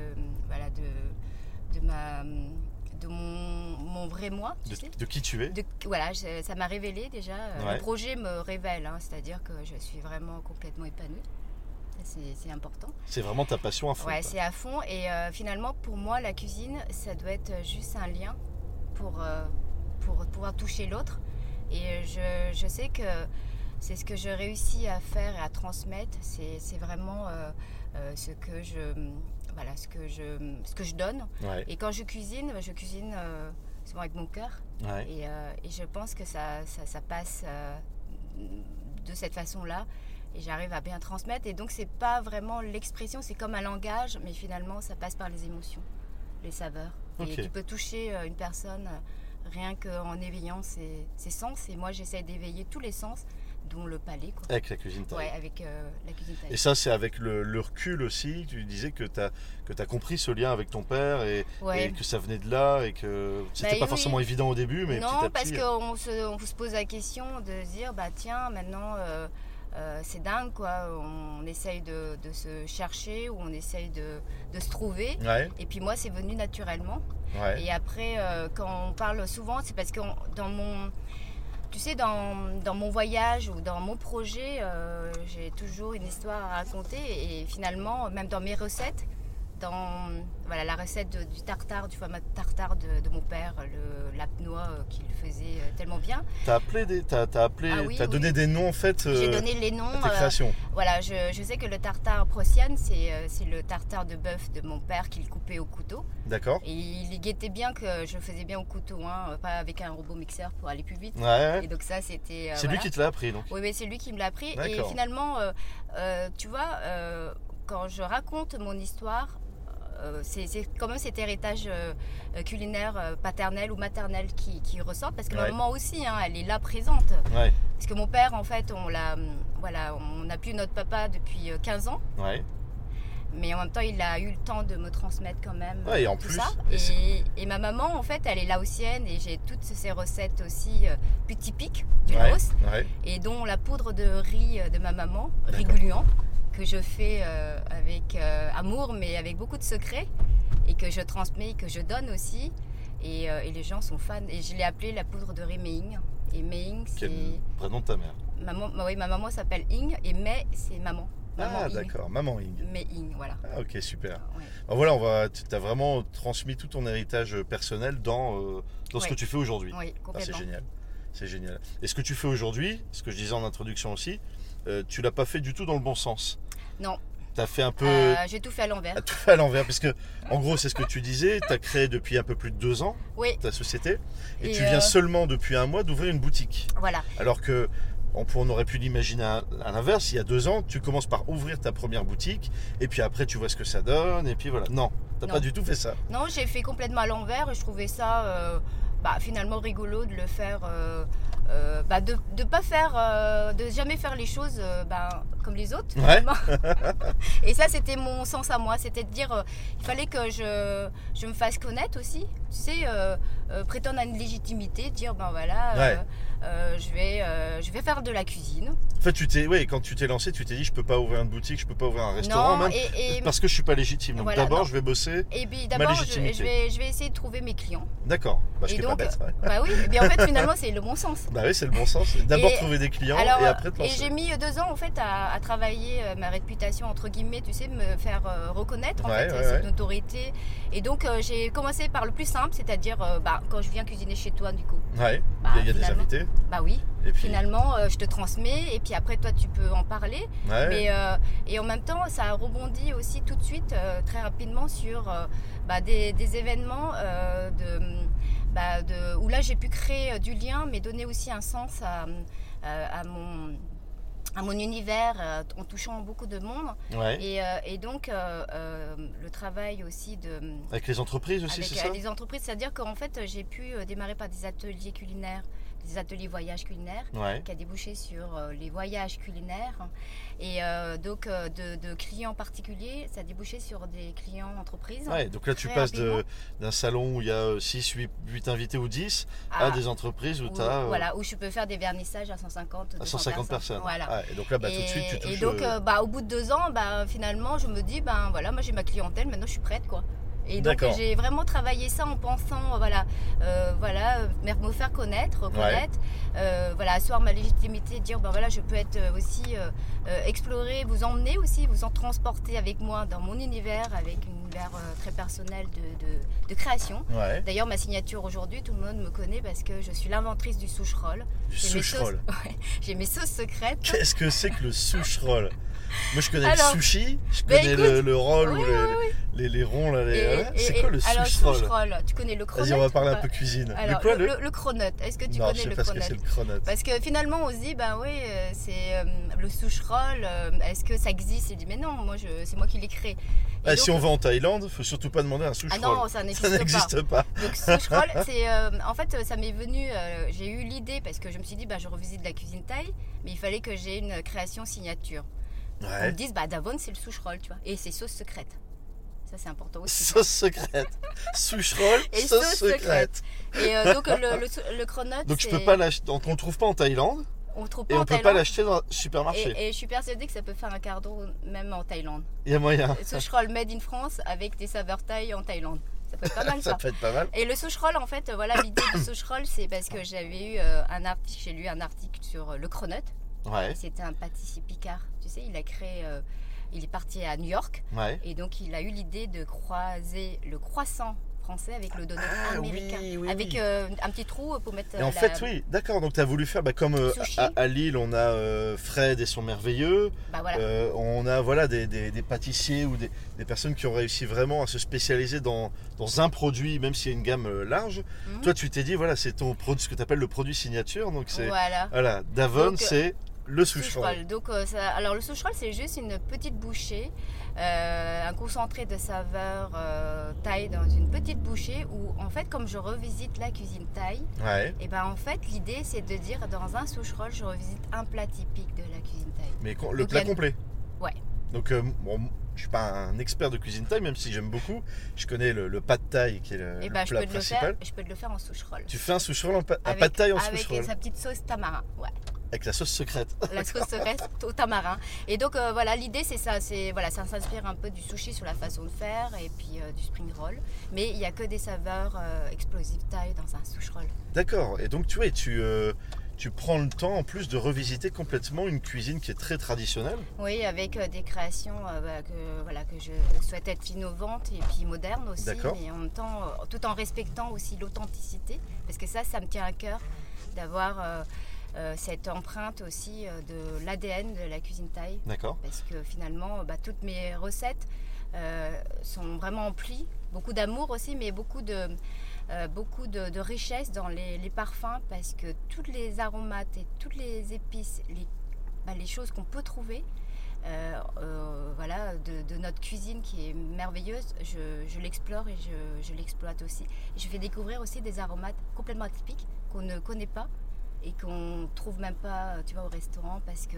Speaker 2: voilà, de, de ma de mon, mon vrai moi, tu
Speaker 1: de,
Speaker 2: sais.
Speaker 1: de qui tu es.
Speaker 2: De- voilà, je- ça m'a révélé déjà. euh,
Speaker 1: Ouais.
Speaker 2: Le projet me révèle, hein, c'est-à-dire que je suis vraiment complètement épanouie. Ça, C'est c'est important.
Speaker 1: C'est vraiment ta passion à fond.
Speaker 2: Ouais,
Speaker 1: quoi.
Speaker 2: c'est à fond. Et euh, finalement, pour moi, la cuisine, ça doit être juste un lien pour, euh, pour pouvoir toucher l'autre. Et je, je sais que c'est ce que je réussis à faire et à transmettre. C'est c'est vraiment euh, euh, ce que je voilà ce que je ce que je donne.
Speaker 1: Ouais,
Speaker 2: Et quand je cuisine, je cuisine euh, souvent avec mon cœur.
Speaker 1: ouais.
Speaker 2: Et, euh, et je pense que ça, ça, ça passe euh, de cette façon-là. Et j'arrive à bien transmettre. Et donc, c'est pas vraiment l'expression, c'est comme un langage, mais finalement, ça passe par les émotions, les saveurs.
Speaker 1: Ok.
Speaker 2: Et tu peux toucher euh, une personne euh, rien qu'en éveillant ses, ses sens. Et moi, j'essaie d'éveiller tous les sens, dont le palais, quoi.
Speaker 1: Avec la cuisine thaï.
Speaker 2: Ouais, avec euh, la cuisine
Speaker 1: Et
Speaker 2: thaï.
Speaker 1: ça, c'est avec le, le recul aussi. Tu disais que tu as, as compris ce lien avec ton père et,
Speaker 2: Ouais.
Speaker 1: et que ça venait de là et que c'était
Speaker 2: Bah,
Speaker 1: pas
Speaker 2: oui.
Speaker 1: forcément évident au début, mais
Speaker 2: non,
Speaker 1: petit à
Speaker 2: parce
Speaker 1: petit. hein.
Speaker 2: qu'on se, on se pose la question de se dire, bah tiens, maintenant, euh, euh, c'est dingue, quoi. On essaye de, de se chercher ou on essaye de, de se trouver.
Speaker 1: euh, Ouais,
Speaker 2: Et puis moi, c'est venu naturellement.
Speaker 1: ouais,
Speaker 2: Et après, euh, quand on parle souvent, c'est parce que on- dans mon... Tu sais, dans, dans mon voyage ou dans mon projet, euh, j'ai toujours une histoire à raconter. Et finalement, même dans mes recettes, dans voilà, la recette de- du tartare, du fameux tartare de, de mon père, le lapnois euh, qu'il faisait euh, tellement bien,
Speaker 1: T'as appelé, des, t'as, t'as appelé,
Speaker 2: Ah oui,
Speaker 1: t'as donné
Speaker 2: oui.
Speaker 1: des noms en fait
Speaker 2: j'ai
Speaker 1: euh,
Speaker 2: donné les noms.
Speaker 1: à tes
Speaker 2: euh,
Speaker 1: créations.
Speaker 2: voilà, je, je sais que le tartare prociane, c'est euh, c'est le tartare de bœuf de mon père qu'il coupait au couteau.
Speaker 1: D'accord.
Speaker 2: Et il guettait bien que je faisais bien au couteau, hein, pas avec un robot mixeur pour aller plus vite.
Speaker 1: Ouais. ouais.
Speaker 2: Et donc ça, c'était... euh,
Speaker 1: c'est
Speaker 2: voilà.
Speaker 1: lui qui te l'a appris donc.
Speaker 2: Oui, mais c'est lui qui me l'a appris. Et
Speaker 1: D'accord.
Speaker 2: finalement, euh, euh, tu vois, euh, quand je raconte mon histoire, euh, c'est c'est quand même cet héritage euh, euh, culinaire euh, paternel ou maternel qui, qui ressort, parce que
Speaker 1: Ouais.
Speaker 2: ma maman aussi, hein, elle est là présente.
Speaker 1: Ouais,
Speaker 2: Parce que mon père, en fait, on l'a, hum, voilà, on n'a plus notre papa depuis euh, 15 ans.
Speaker 1: ouais.
Speaker 2: Mais en même temps, il a eu le temps de me transmettre quand même
Speaker 1: Ouais, et en
Speaker 2: tout
Speaker 1: plus,
Speaker 2: ça.
Speaker 1: et c'est-
Speaker 2: Et, et ma maman, en fait, elle est laotienne et j'ai toutes ces recettes aussi euh, plus typiques du
Speaker 1: ouais,
Speaker 2: Laos
Speaker 1: ouais.
Speaker 2: et dont la poudre de riz euh, de ma maman, riz
Speaker 1: D'accord.
Speaker 2: gluant, que je fais euh, avec euh, amour mais avec beaucoup de secrets et que je transmets, que je donne aussi. Et, euh, et les gens sont fans. Et je l'ai appelée la poudre de Ray Meing. Et Meing, c'est.
Speaker 1: Quel prénom de ta mère
Speaker 2: Maman, bah oui, ma maman s'appelle Ing et May, c'est maman. maman
Speaker 1: Ah,
Speaker 2: Ing.
Speaker 1: d'accord, maman Ing.
Speaker 2: May Ing, voilà.
Speaker 1: Ah, ok, super.
Speaker 2: Ouais.
Speaker 1: Ah, voilà, on va, tu as vraiment transmis tout ton héritage personnel dans, euh, dans ce
Speaker 2: Ouais.
Speaker 1: que tu fais aujourd'hui.
Speaker 2: Oui,
Speaker 1: Ah, c'est
Speaker 2: complètement.
Speaker 1: génial. C'est génial. Et ce que tu fais aujourd'hui, ce que je disais en introduction aussi, euh, tu l'as pas fait du tout dans le bon sens.
Speaker 2: Non.
Speaker 1: Tu as fait un peu
Speaker 2: Euh, J'ai tout fait à l'envers.
Speaker 1: à tout fait à l'envers, puisque en gros, c'est ce que tu disais, tu as créé depuis un peu plus de deux ans
Speaker 2: Oui,
Speaker 1: ta société, et,
Speaker 2: Et,
Speaker 1: tu viens
Speaker 2: euh,
Speaker 1: seulement depuis un mois d'ouvrir une boutique.
Speaker 2: voilà.
Speaker 1: Alors que on, pour- on aurait pu l'imaginer à, à l'inverse, il y a deux ans, tu commences par ouvrir ta première boutique, et puis après, tu vois ce que ça donne, et puis voilà. Non, tu
Speaker 2: Non.
Speaker 1: pas du tout fait ça.
Speaker 2: Non, j'ai fait complètement à l'envers et je trouvais ça euh, bah, finalement rigolo de le faire. euh, euh, bah, de ne pas faire. euh, de jamais faire les choses euh, bah, comme les autres.
Speaker 1: Ouais.
Speaker 2: Et ça, c'était mon sens à moi. C'était de dire euh, il fallait que je, je me fasse connaître aussi. Tu sais, euh, euh, prétendre à une légitimité, dire ben voilà, euh,
Speaker 1: Ouais.
Speaker 2: euh, je, vais, euh, je vais faire de la cuisine.
Speaker 1: En fait, tu t'es, ouais, quand tu t'es lancé, tu t'es dit, je peux pas ouvrir une boutique, je peux pas ouvrir un restaurant,
Speaker 2: non,
Speaker 1: même
Speaker 2: et, et,
Speaker 1: parce que je suis pas légitime. Donc
Speaker 2: Voilà,
Speaker 1: d'abord,
Speaker 2: non.
Speaker 1: je vais bosser.
Speaker 2: et puis d'abord, je,
Speaker 1: légitimité.
Speaker 2: je vais, je vais essayer de trouver mes clients.
Speaker 1: D'accord. Bah, je
Speaker 2: Et
Speaker 1: suis pas
Speaker 2: donc,
Speaker 1: bête. ouais.
Speaker 2: bah oui, et bien en fait, finalement, c'est le bon sens.
Speaker 1: Bah oui, c'est le bon sens. D'abord
Speaker 2: Et-
Speaker 1: trouver des clients
Speaker 2: Alors, euh,
Speaker 1: et après te
Speaker 2: et
Speaker 1: lancer.
Speaker 2: j'ai mis deux ans en fait à, à travailler euh, ma réputation entre guillemets, tu sais, me faire euh, reconnaître en
Speaker 1: Ouais,
Speaker 2: fait
Speaker 1: ouais,
Speaker 2: cette
Speaker 1: ouais.
Speaker 2: autorité. Et donc euh, j'ai commencé par le plus simple, c'est-à-dire euh, bah, quand je viens cuisiner chez toi du coup,
Speaker 1: Ouais. Il
Speaker 2: Bah,
Speaker 1: y a- il y a des
Speaker 2: finalement.
Speaker 1: invités.
Speaker 2: bah oui,
Speaker 1: Et puis.
Speaker 2: finalement euh, je te transmets et puis après toi tu peux en parler.
Speaker 1: Ouais.
Speaker 2: Mais, euh, et en même temps ça rebondit aussi tout de suite euh, très rapidement sur euh, bah, des, des événements euh, de, bah, de- où là j'ai pu créer euh, du lien mais donner aussi un sens à, euh, à- à mon à mon univers euh, en touchant beaucoup de monde
Speaker 1: Ouais.
Speaker 2: et, euh, et donc euh, euh, le travail aussi de
Speaker 1: Avec les entreprises aussi, c'est ça
Speaker 2: avec euh, les entreprises c'est à dire qu'en fait j'ai pu euh, démarrer par des ateliers culinaires des ateliers voyages culinaires
Speaker 1: Ouais.
Speaker 2: qui a débouché sur euh, les voyages culinaires et euh, donc euh, de, de clients particuliers, ça a débouché sur des clients entreprises.
Speaker 1: Ouais, donc là tu
Speaker 2: Très
Speaker 1: passes de-
Speaker 2: rapidement.
Speaker 1: d'un salon où il y a euh, 6, 8, invités ou 10 à,
Speaker 2: Ah,
Speaker 1: des euh. entreprises où,
Speaker 2: où,
Speaker 1: tu as
Speaker 2: voilà, où je peux faire des vernissages à 150, 200
Speaker 1: 150 personnes.
Speaker 2: Voilà.
Speaker 1: Ah, et donc là bah, tout de suite tu
Speaker 2: et,
Speaker 1: touches.
Speaker 2: et donc,
Speaker 1: euh,
Speaker 2: euh, bah, au bout de deux ans, bah, finalement, je me dis, ben voilà, moi j'ai ma clientèle, maintenant je suis prête, quoi. Et donc
Speaker 1: D'accord.
Speaker 2: j'ai vraiment travaillé ça en pensant, euh, voilà, euh, voilà, euh, me faire connaître, reconnaître, euh, voilà, asseoir ma légitimité, dire, ben voilà, je peux être euh, aussi euh, euh, explorer, vous emmener aussi, vous en transporter avec moi dans mon univers, avec un univers euh, très personnel de- de- de création.
Speaker 1: Ouais.
Speaker 2: D'ailleurs, ma signature aujourd'hui, tout le monde me connaît parce que je suis l'inventrice du souche-roll.
Speaker 1: Du
Speaker 2: J'ai mes
Speaker 1: sushi
Speaker 2: sauces-
Speaker 1: roll.
Speaker 2: Ouais, j'ai mes sauces secrètes.
Speaker 1: Qu'est-ce que c'est que le sushi roll Moi, je connais
Speaker 2: Alors,
Speaker 1: le sushi, je
Speaker 2: bah,
Speaker 1: connais le, le roll
Speaker 2: Oui,
Speaker 1: ou les, les- les ronds là. les-
Speaker 2: Et-
Speaker 1: voilà. C'est
Speaker 2: et-
Speaker 1: quoi le
Speaker 2: et- alors,
Speaker 1: sushi roll
Speaker 2: roll, tu connais le cronut
Speaker 1: Vas-y, on va parler
Speaker 2: ou
Speaker 1: un
Speaker 2: pas
Speaker 1: peu cuisine.
Speaker 2: Alors,
Speaker 1: le quoi le,
Speaker 2: le, le cronut, est-ce que tu
Speaker 1: Non, je
Speaker 2: connais
Speaker 1: sais
Speaker 2: le
Speaker 1: pas ce que
Speaker 2: cronut
Speaker 1: c'est le cronut.
Speaker 2: Parce que finalement, on se dit, ben oui, euh, c'est euh, le souche roll, euh, est-ce que ça existe Il dit, mais non, moi, je- c'est moi qui l'ai créé. Et
Speaker 1: Ah, si
Speaker 2: donc-
Speaker 1: on va en Thaïlande, faut surtout pas demander un sushi
Speaker 2: ah
Speaker 1: roll.
Speaker 2: non, ça
Speaker 1: Ça
Speaker 2: n'existe pas.
Speaker 1: n'existe pas.
Speaker 2: Donc souche roll, c'est euh, en fait ça m'est venu, euh, j'ai eu l'idée parce que je me suis dit bah je revisite la cuisine thaï, mais il fallait que j'ai une création signature. On me
Speaker 1: Ouais.
Speaker 2: dise bah Davon c'est le souche roll, tu vois, et c'est sauce secrète. Ça c'est important aussi.
Speaker 1: Sauce secrète. Sushi roll,
Speaker 2: Et
Speaker 1: sauce
Speaker 2: sauce
Speaker 1: secrète.
Speaker 2: secrète. Et euh, donc le, le, sou- le cronut,
Speaker 1: Donc, je
Speaker 2: c'est-
Speaker 1: peux pas l'acheter. Donc, on le trouve pas en Thaïlande
Speaker 2: on le trouve
Speaker 1: et
Speaker 2: pas
Speaker 1: on
Speaker 2: en
Speaker 1: peut pas
Speaker 2: Thaïlande.
Speaker 1: l'acheter dans le supermarché.
Speaker 2: et, et je suis persuadée que ça peut faire un quart d'euro même en Thaïlande.
Speaker 1: Il y a moyen.
Speaker 2: Souche roll made in France avec des saveurs thaï en Thaïlande. Ça peut être pas mal
Speaker 1: Ça
Speaker 2: ça.
Speaker 1: peut être pas mal.
Speaker 2: Et le souche-roll, en fait, euh, voilà, l'idée du souche-roll, c'est parce que j'avais eu euh, un article, j'ai lu un article sur euh, le cronut.
Speaker 1: Ouais,
Speaker 2: C'était un pâtissier Picard. Tu sais, il a créé, euh, il est parti à New York
Speaker 1: ouais.
Speaker 2: et donc il a eu l'idée de croiser le croissant français avec le donut
Speaker 1: Ah,
Speaker 2: américain,
Speaker 1: oui, oui,
Speaker 2: avec
Speaker 1: oui.
Speaker 2: euh, un petit trou pour mettre.
Speaker 1: Et
Speaker 2: euh,
Speaker 1: en
Speaker 2: la-
Speaker 1: fait, oui, d'accord. Donc, tu as voulu faire bah, comme euh,
Speaker 2: Sushi.
Speaker 1: à, à Lille, on a euh, Fred et son merveilleux.
Speaker 2: Bah voilà.
Speaker 1: Euh, on a voilà, des, des- des pâtissiers ou des, des personnes qui ont réussi vraiment à se spécialiser dans, dans un produit, même s'il y a une gamme euh, large.
Speaker 2: Mhm.
Speaker 1: Toi, tu t'es dit, voilà, c'est ton produit, ce que tu appelles le produit signature. Donc, Euh, c'est.
Speaker 2: Voilà.
Speaker 1: Voilà, Davon,
Speaker 2: Donc, euh,
Speaker 1: c'est le
Speaker 2: Souche
Speaker 1: soucheron.
Speaker 2: roll. Donc, euh, ça- alors le souche roll, c'est juste une petite bouchée, euh, un concentré de saveurs euh, thaï dans une petite bouchée où, en fait, comme je revisite la cuisine thaï,
Speaker 1: Ouais.
Speaker 2: et ben en fait, l'idée c'est de dire dans un souche roll, je revisite un plat typique de la cuisine thaï.
Speaker 1: Mais con- le
Speaker 2: Donc,
Speaker 1: plat
Speaker 2: il y a-
Speaker 1: complet.
Speaker 2: Ouais.
Speaker 1: Donc, euh, bon, je suis pas un expert de cuisine thaï, même si j'aime beaucoup. Je connais le, le pad thaï qui est le,
Speaker 2: Et
Speaker 1: le
Speaker 2: ben je
Speaker 1: plat
Speaker 2: peux, te le
Speaker 1: principal.
Speaker 2: faire, je peux te le faire en souche roll.
Speaker 1: Tu fais un soucheron en pa- un
Speaker 2: Avec-
Speaker 1: pad thaï en
Speaker 2: Avec
Speaker 1: soucheron.
Speaker 2: sa petite sauce tamara. Ouais.
Speaker 1: avec la sauce secrète.
Speaker 2: la sauce secrète au tamarin. Et donc euh, voilà, l'idée c'est ça, c'est voilà, ça s'inspire un peu du sushi sur la façon de faire et puis euh, du spring roll. Mais il n'y a que des saveurs euh, explosives taille dans un sushi roll.
Speaker 1: D'accord. Et donc tu vois, tu, euh, tu prends le temps en plus de revisiter complètement une cuisine qui est très traditionnelle.
Speaker 2: Oui, avec euh, des créations euh, bah, que voilà que je souhaite être innovantes et puis modernes aussi,
Speaker 1: D'accord.
Speaker 2: mais en même temps euh, tout en respectant aussi l'authenticité, parce que ça, ça me tient à cœur d'avoir euh, euh, cette empreinte aussi euh, de l'ADN de la cuisine thaï.
Speaker 1: D'accord.
Speaker 2: parce que finalement, bah, toutes mes recettes euh, sont vraiment emplies, beaucoup d'amour aussi, mais beaucoup de, euh, beaucoup de, de richesse dans les, les parfums, parce que toutes les aromates et toutes les épices, les, bah, les choses qu'on peut trouver, euh, euh, voilà, de, de notre cuisine qui est merveilleuse, je, je l'explore et je, je l'exploite aussi. Et je fais découvrir aussi des aromates complètement atypiques qu'on ne connaît pas et qu'on trouve même pas, tu vois, au restaurant, parce que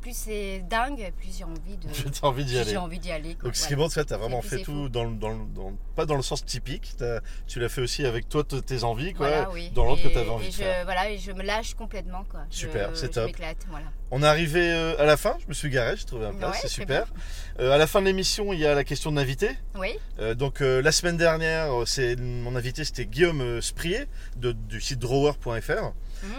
Speaker 2: plus c'est dingue, plus j'ai envie de,
Speaker 1: J'ai envie d'y
Speaker 2: plus
Speaker 1: aller.
Speaker 2: Euh, j'ai envie d'y aller. quoi.
Speaker 1: Donc ce qui est bon,
Speaker 2: Voilà.
Speaker 1: tu vois, t'as vraiment
Speaker 2: puis,
Speaker 1: fait
Speaker 2: c'est
Speaker 1: tout
Speaker 2: fou.
Speaker 1: dans, le- dans, le- dans- pas dans le sens typique. T'as- tu l'as fait aussi avec toi, t- tes envies, quoi,
Speaker 2: Voilà, oui.
Speaker 1: dans l'autre que
Speaker 2: Et-
Speaker 1: tu avais envie
Speaker 2: et
Speaker 1: de
Speaker 2: je,
Speaker 1: faire.
Speaker 2: Voilà, et je me lâche complètement. Quoi. Je-
Speaker 1: Super, c'est
Speaker 2: je
Speaker 1: top.
Speaker 2: m'éclate, voilà.
Speaker 1: On est arrivé euh, à la fin. Je me suis garé, j'ai trouvé un place,
Speaker 2: Ouais,
Speaker 1: c'est
Speaker 2: c'est
Speaker 1: super. Euh, à la fin de l'émission, il y a la question de l'invité.
Speaker 2: Oui,
Speaker 1: Euh, donc euh, la semaine dernière, euh, c'est mon invité, c'était Guillaume euh, Sprier de- du site drawer.fr.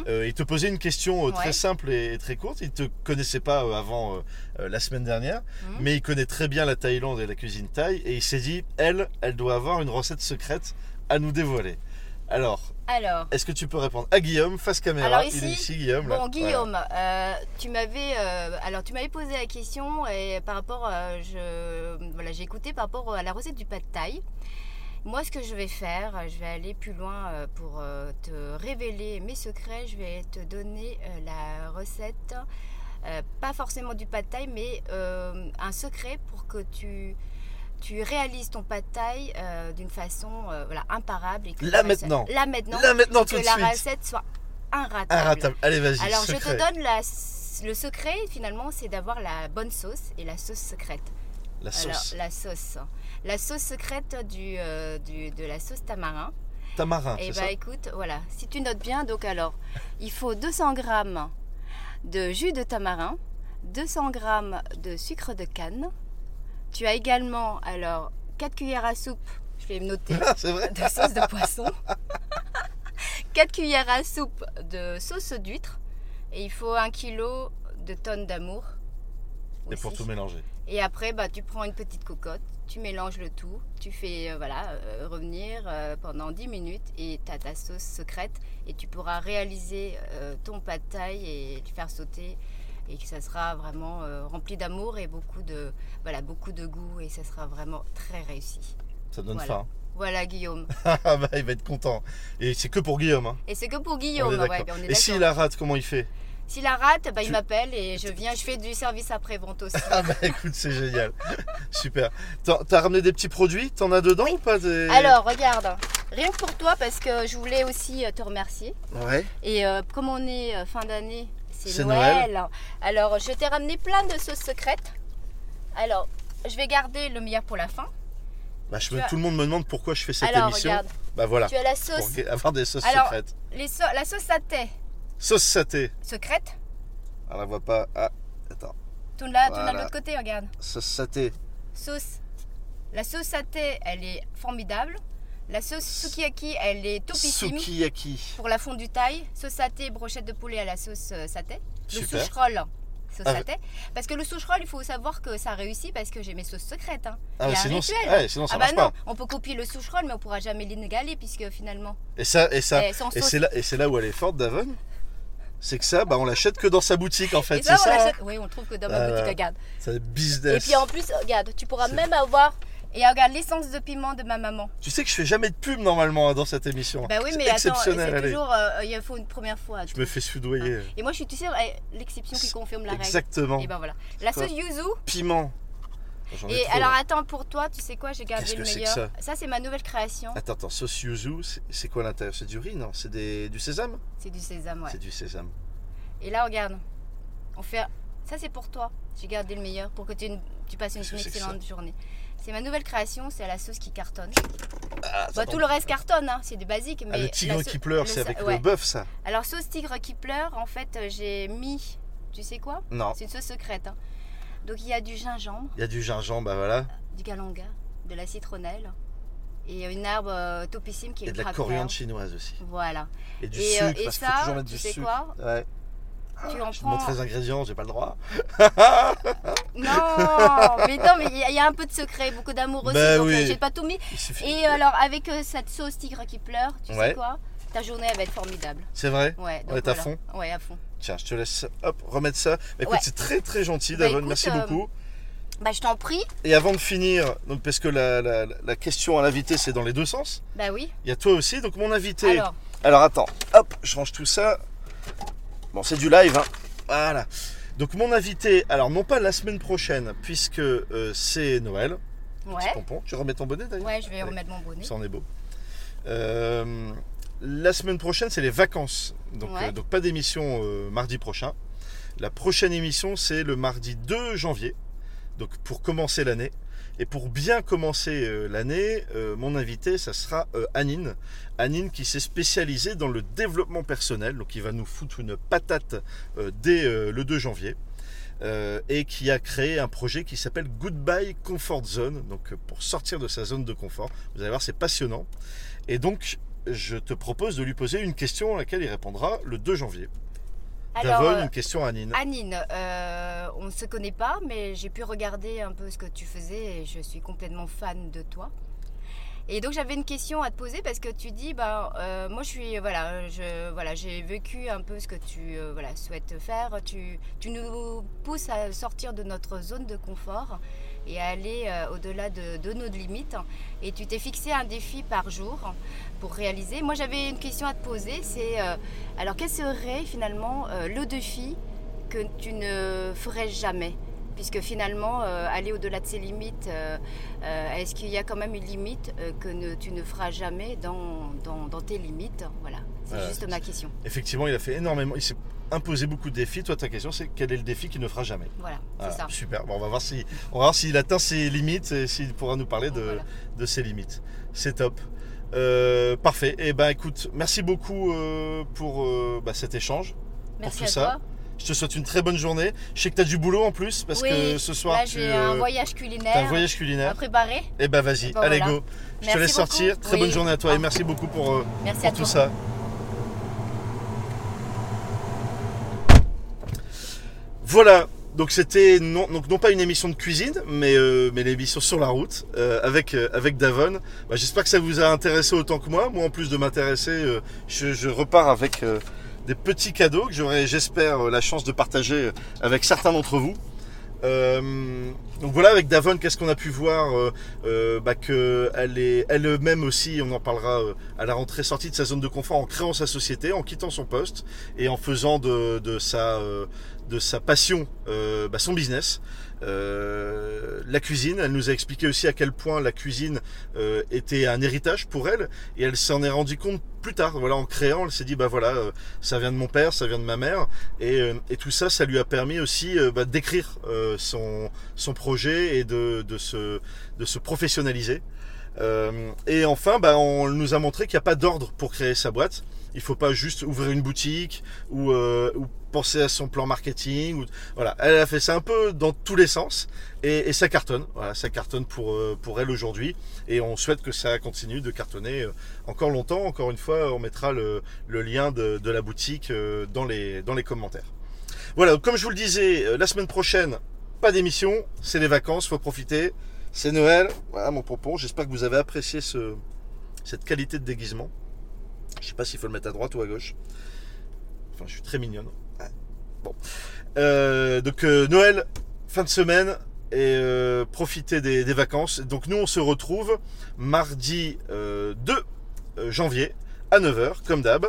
Speaker 1: Euh, il te posait une question euh, très
Speaker 2: Mhm. Ouais.
Speaker 1: simple et, et très courte. Il te connaissait pas euh, avant euh, euh, la semaine dernière,
Speaker 2: Mhm.
Speaker 1: mais il connaît très bien la Thaïlande et la cuisine thaï, et il s'est dit, elle, elle doit avoir une recette secrète à nous dévoiler. Alors,
Speaker 2: alors.
Speaker 1: est-ce que tu peux répondre à Guillaume face caméra
Speaker 2: Alors
Speaker 1: Il est
Speaker 2: ici,
Speaker 1: ici, Guillaume. là.
Speaker 2: Bon Guillaume, euh, tu m'avais euh, alors tu m'avais posé la question et par rapport euh, je voilà j'ai écouté par rapport à la recette du pas de taille. Moi ce que je vais faire, euh, je vais aller plus loin euh, pour euh, te révéler mes secrets. Je vais te donner euh, la recette, euh, pas forcément du pas de taille, mais euh, un secret pour que tu tu réalises ton pas de taille d'une façon euh, voilà imparable et que
Speaker 1: Là
Speaker 2: la recette-
Speaker 1: maintenant.
Speaker 2: là maintenant,
Speaker 1: Là maintenant
Speaker 2: que
Speaker 1: tout de
Speaker 2: la
Speaker 1: suite.
Speaker 2: recette soit
Speaker 1: Inratable. Allez, vas-y.
Speaker 2: alors, je
Speaker 1: secret.
Speaker 2: te donne la- le secret, finalement, c'est d'avoir la bonne sauce et la sauce secrète.
Speaker 1: La
Speaker 2: Alors,
Speaker 1: sauce.
Speaker 2: la sauce. La sauce secrète du, euh, du- de la sauce tamarin.
Speaker 1: Tamarin,
Speaker 2: et
Speaker 1: Ah, c'est
Speaker 2: bah
Speaker 1: ça
Speaker 2: écoute, voilà, si tu notes bien, donc alors, il faut 200 grammes de jus de tamarin, 200 grammes de sucre de canne. Tu as également, alors, 4 cuillères à soupe, je vais me noter,
Speaker 1: Ah, c'est vrai.
Speaker 2: de sauce de poisson, 4 cuillères à soupe de sauce d'huître, et il faut 1 kg de tonne d'amour.
Speaker 1: Et pour
Speaker 2: aussi.
Speaker 1: tout mélanger.
Speaker 2: Et après, bah, tu prends une petite cocotte, tu mélanges le tout, tu fais euh, voilà, euh, revenir euh, pendant 10 minutes et tu as ta sauce secrète et tu pourras réaliser euh, ton pas de taille et le faire sauter et que ça sera vraiment euh, rempli d'amour et beaucoup de, voilà, beaucoup de goût et ça sera vraiment très réussi.
Speaker 1: Ça donne
Speaker 2: Voilà.
Speaker 1: faim. hein.
Speaker 2: Voilà Guillaume.
Speaker 1: Ah bah il va être content. Et c'est que pour Guillaume. Hein.
Speaker 2: Et c'est que pour
Speaker 1: On
Speaker 2: Guillaume,
Speaker 1: est
Speaker 2: ouais,
Speaker 1: d'accord.
Speaker 2: ben on est
Speaker 1: et
Speaker 2: d'accord.
Speaker 1: s'il la rate, comment il fait
Speaker 2: S'il la rate, bah,
Speaker 1: Tu-
Speaker 2: il m'appelle et je viens, je fais du service après-vente aussi.
Speaker 1: Ah bah écoute, c'est génial. Super. T'en- T'as ramené des petits produits T'en as dedans ou pas des...
Speaker 2: Alors regarde, rien que pour toi parce que je voulais aussi euh, te remercier.
Speaker 1: Ouais.
Speaker 2: Et euh, comme on est euh, fin d'année, c'est
Speaker 1: C'est
Speaker 2: Noël. Alors, je t'ai ramené plein de sauces secrètes. Alors, je vais garder le meilleur pour la fin.
Speaker 1: Bah, je
Speaker 2: Tu
Speaker 1: me-
Speaker 2: as-
Speaker 1: Tout le monde me demande pourquoi je fais cette
Speaker 2: Alors,
Speaker 1: émission.
Speaker 2: regarde,
Speaker 1: Bah voilà.
Speaker 2: tu as la
Speaker 1: Pour
Speaker 2: sauce,
Speaker 1: gu- avoir des sauces
Speaker 2: Alors-
Speaker 1: secrètes.
Speaker 2: les so- la sauce satay
Speaker 1: Sauce saté.
Speaker 2: secrète.
Speaker 1: On la voit pas. Ah, attends.
Speaker 2: Tourne là, tourne à
Speaker 1: Voilà.
Speaker 2: l'autre côté, regarde.
Speaker 1: Sauce saté.
Speaker 2: Sauce. La sauce satay, elle est formidable. La sauce sukiyaki, elle est topissime.
Speaker 1: Sukiyaki.
Speaker 2: Pour la fondue taille, sauce satay, brochette de poulet à la sauce euh, satay. Le
Speaker 1: Super.
Speaker 2: souche roll, sauce
Speaker 1: Ah,
Speaker 2: satay. Parce que le souche roll, il faut savoir que ça réussit parce que j'ai mes sauces secrètes. hein.
Speaker 1: Ah,
Speaker 2: il y a un
Speaker 1: sinon,
Speaker 2: rituel.
Speaker 1: c'est- ouais, sinon ça
Speaker 2: ah bah
Speaker 1: marche
Speaker 2: non,
Speaker 1: pas.
Speaker 2: on peut copier le souche roll, mais on pourra jamais l'inégaler puisque finalement.
Speaker 1: Et ça, et ça,
Speaker 2: eh, sans
Speaker 1: et
Speaker 2: sauce.
Speaker 1: c'est là, et c'est là où elle est forte, Davon. C'est que ça, bah on l'achète que dans sa boutique en fait.
Speaker 2: Et
Speaker 1: C'est
Speaker 2: ça, on
Speaker 1: ça. hein.
Speaker 2: l'achète. Oui, on le trouve que dans ma
Speaker 1: Ah,
Speaker 2: boutique,
Speaker 1: ouais.
Speaker 2: regarde.
Speaker 1: C'est
Speaker 2: Et
Speaker 1: business.
Speaker 2: puis en plus, regarde, tu pourras
Speaker 1: C'est-
Speaker 2: même avoir. Et regarde l'essence de piment de ma maman.
Speaker 1: Tu sais que je fais jamais de pub normalement hein, dans cette émission.
Speaker 2: Bah oui,
Speaker 1: C'est
Speaker 2: mais attends,
Speaker 1: exceptionnel,
Speaker 2: c'est
Speaker 1: allez.
Speaker 2: toujours. euh, Il faut une première fois.
Speaker 1: Je me fais soudoyer.
Speaker 2: Et moi, je suis, tu sais, eh, l'exception qui
Speaker 1: C'est-
Speaker 2: confirme la règle.
Speaker 1: Exactement.
Speaker 2: Et ben voilà. La
Speaker 1: Quoi
Speaker 2: sauce yuzu.
Speaker 1: Piment. J'en ai
Speaker 2: Et
Speaker 1: trop, hein.
Speaker 2: alors
Speaker 1: là.
Speaker 2: attends pour toi, tu sais quoi, j'ai gardé
Speaker 1: Qu'est-ce
Speaker 2: le
Speaker 1: que c'est que
Speaker 2: meilleur.
Speaker 1: ça Ah.
Speaker 2: c'est ma nouvelle création.
Speaker 1: Attends, attends, sauce yuzu, c'est- c'est quoi l'intérieur C'est du riz, non C'est des- du sésame
Speaker 2: C'est du sésame, ouais.
Speaker 1: C'est du sésame.
Speaker 2: Et là regarde, on fait Ça, c'est pour toi. J'ai gardé le meilleur pour que tu, aies une- tu passes une,
Speaker 1: Qu'est-ce que c'est que ça
Speaker 2: excellente journée. C'est ma nouvelle création, c'est à la sauce qui cartonne.
Speaker 1: Ah, ça
Speaker 2: Bah,
Speaker 1: tombe.
Speaker 2: tout le reste cartonne, hein, c'est des basiques.
Speaker 1: Ah,
Speaker 2: Mais
Speaker 1: le
Speaker 2: la
Speaker 1: tigre
Speaker 2: sau-
Speaker 1: qui pleure,
Speaker 2: le
Speaker 1: c'est
Speaker 2: sa-
Speaker 1: avec
Speaker 2: ouais.
Speaker 1: le bœuf, ça
Speaker 2: Alors, sauce tigre qui pleure, en fait, euh, j'ai mis. Tu sais quoi
Speaker 1: Non.
Speaker 2: C'est une sauce secrète. hein. Donc, il y a du gingembre,
Speaker 1: Il y a du gingembre, bah voilà.
Speaker 2: du galanga, de la citronnelle et une herbe euh, topissime qui est
Speaker 1: Et
Speaker 2: le
Speaker 1: de la
Speaker 2: crabe
Speaker 1: coriandre
Speaker 2: vert.
Speaker 1: chinoise aussi.
Speaker 2: Voilà.
Speaker 1: Et du
Speaker 2: et
Speaker 1: sucre,
Speaker 2: euh, et
Speaker 1: parce qu'il faut
Speaker 2: ça,
Speaker 1: toujours mettre
Speaker 2: tu
Speaker 1: du
Speaker 2: sais
Speaker 1: sucre.
Speaker 2: quoi
Speaker 1: Ouais.
Speaker 2: Tu en
Speaker 1: Je te
Speaker 2: prends.
Speaker 1: montre les ingrédients, j'ai pas le droit.
Speaker 2: Non, mais non, mais il y, a- il y a un peu de secret, beaucoup d'amour aussi.
Speaker 1: Bah
Speaker 2: donc,
Speaker 1: oui.
Speaker 2: euh, j'ai pas tout mis.
Speaker 1: Il suffit-
Speaker 2: Et alors, avec euh, cette sauce tigre qui pleure, tu
Speaker 1: Ouais.
Speaker 2: sais quoi Ta journée, elle va être formidable.
Speaker 1: C'est vrai
Speaker 2: Ouais, donc
Speaker 1: Ouais, t'es à
Speaker 2: voilà. Ouais, à fond.
Speaker 1: Tiens, je te laisse hop, remettre ça. Bah, écoute,
Speaker 2: Ouais.
Speaker 1: c'est très très gentil,
Speaker 2: Bah,
Speaker 1: Davon,
Speaker 2: écoute,
Speaker 1: merci
Speaker 2: euh,
Speaker 1: beaucoup.
Speaker 2: Bah, je t'en prie.
Speaker 1: Et avant de finir, donc, parce que la, la- la question à l'invité, c'est dans les deux sens,
Speaker 2: Bah oui.
Speaker 1: il y a toi aussi, donc mon invité.
Speaker 2: Alors,
Speaker 1: Alors, attends, hop, je range tout ça. Bon, c'est du live, hein. Voilà. Donc mon invité, alors non pas la semaine prochaine, puisque euh, c'est Noël, petit
Speaker 2: ouais.
Speaker 1: pompon. Tu remets ton bonnet d'ailleurs
Speaker 2: Ouais, je vais
Speaker 1: Allez.
Speaker 2: remettre mon bonnet.
Speaker 1: Ça en est beau. Euh, la semaine prochaine, c'est les vacances. Donc,
Speaker 2: Ouais.
Speaker 1: euh, donc pas d'émission euh, mardi prochain. La prochaine émission, c'est le mardi 2 janvier. Donc pour commencer l'année. Et pour bien commencer euh, l'année, euh, mon invité, ça sera euh, Anine. Anine qui s'est spécialisée dans le développement personnel. Donc il va nous foutre une patate euh, dès euh, le 2 janvier. Euh, et qui a créé un projet qui s'appelle Goodbye Comfort Zone, donc euh, pour sortir de sa zone de confort. Vous allez voir, c'est passionnant. Et donc, je te propose de lui poser une question à laquelle il répondra le 2 janvier.
Speaker 2: Alors,
Speaker 1: Davon,
Speaker 2: euh,
Speaker 1: une question à Anine.
Speaker 2: Anine, euh, on ne se connaît pas, mais j'ai pu regarder un peu ce que tu faisais et je suis complètement fan de toi. Et donc j'avais une question à te poser parce que tu dis, ben, euh, moi je suis, voilà, je, voilà, j'ai vécu un peu ce que tu, euh, voilà, souhaites faire. Tu, tu nous pousses à sortir de notre zone de confort et à aller euh, au-delà de, de nos limites. Et tu t'es fixé un défi par jour pour réaliser. Moi j'avais une question à te poser, c'est, euh, alors quel serait finalement euh, le défi que tu ne ferais jamais Puisque finalement, euh, aller au-delà de ses limites, euh, euh, est-ce qu'il y a quand même une limite euh, que ne- tu ne feras jamais dans, dans- dans tes limites Voilà, c'est
Speaker 1: Voilà.
Speaker 2: juste ma question.
Speaker 1: Effectivement, il a fait énormément, il s'est imposé beaucoup de défis. Toi, ta question, c'est quel est le défi qu'il ne fera jamais
Speaker 2: Voilà, c'est
Speaker 1: Voilà,
Speaker 2: ça.
Speaker 1: Super. Bon, on va voir si, on va voir s'il atteint ses limites et s'il pourra nous parler de,
Speaker 2: Voilà.
Speaker 1: de ses limites. C'est top. Euh, parfait. Et ben, écoute, merci beaucoup euh, pour euh, bah, cet échange.
Speaker 2: Merci
Speaker 1: tout
Speaker 2: à
Speaker 1: ça,
Speaker 2: toi.
Speaker 1: Je te souhaite une très bonne journée. Je sais que tu as du boulot en plus parce
Speaker 2: Oui,
Speaker 1: que ce soir
Speaker 2: Là,
Speaker 1: tu
Speaker 2: j'ai
Speaker 1: euh,
Speaker 2: un voyage
Speaker 1: t'as un
Speaker 2: culinaire
Speaker 1: voyage culinaire.
Speaker 2: à préparer.
Speaker 1: Eh ben vas-y,
Speaker 2: Eh ben,
Speaker 1: allez
Speaker 2: voilà.
Speaker 1: go. Je te
Speaker 2: Merci
Speaker 1: laisse
Speaker 2: beaucoup.
Speaker 1: sortir. Très
Speaker 2: Oui.
Speaker 1: bonne journée à toi
Speaker 2: Ah.
Speaker 1: et merci beaucoup pour, euh,
Speaker 2: Merci à
Speaker 1: pour tout
Speaker 2: toi.
Speaker 1: ça. Voilà. Donc c'était non, donc non pas une émission de cuisine, mais, euh, mais l'émission sur la route euh, avec, euh, avec Davon. Bah, J'espère que ça vous a intéressé autant que moi. Moi en plus de m'intéresser, euh, je, je repars avec euh, des petits cadeaux que j'aurai j'espère euh, la chance de partager avec certains d'entre vous. Euh, donc voilà, avec Davon, qu'est-ce qu'on a pu voir euh, euh, bah, que elle est elle-même aussi, on en parlera euh, à la rentrée, sortie de sa zone de confort en créant sa société, en quittant son poste et en faisant de, de sa, euh, de sa passion euh, bah, son business. Euh, la cuisine, elle nous a expliqué aussi à quel point la cuisine euh, était un héritage pour elle et elle s'en est rendue compte plus tard. Voilà, en créant, elle s'est dit bah voilà, euh, ça vient de mon père, ça vient de ma mère et, euh, et tout ça, ça lui a permis aussi euh, bah, d'écrire euh, son, son projet et de, de se de se professionnaliser. Euh, et enfin, bah, on nous a montré qu'il n'y a pas d'ordre pour créer sa boîte. Il faut pas juste ouvrir une boutique ou, euh, ou penser à son plan marketing. Ou, voilà, elle a fait ça un peu dans tous les sens et, et ça cartonne. Voilà, ça cartonne pour euh, pour elle aujourd'hui et on souhaite que ça continue de cartonner euh, encore longtemps. Encore une fois, on mettra le, le lien de, de la boutique euh, dans les dans les commentaires. Voilà, donc, comme je vous le disais, euh, la semaine prochaine, pas d'émission, c'est les vacances, faut profiter. C'est Noël, voilà mon pompon. J'espère que vous avez apprécié ce, cette qualité de déguisement. Je sais pas s'il faut le mettre à droite ou à gauche. Enfin, je suis très mignonne. Ouais. Bon. Euh, donc, euh, Noël, fin de semaine, et euh, profitez des, des vacances. Donc, nous, on se retrouve mardi euh, 2 janvier à 9h, comme d'hab,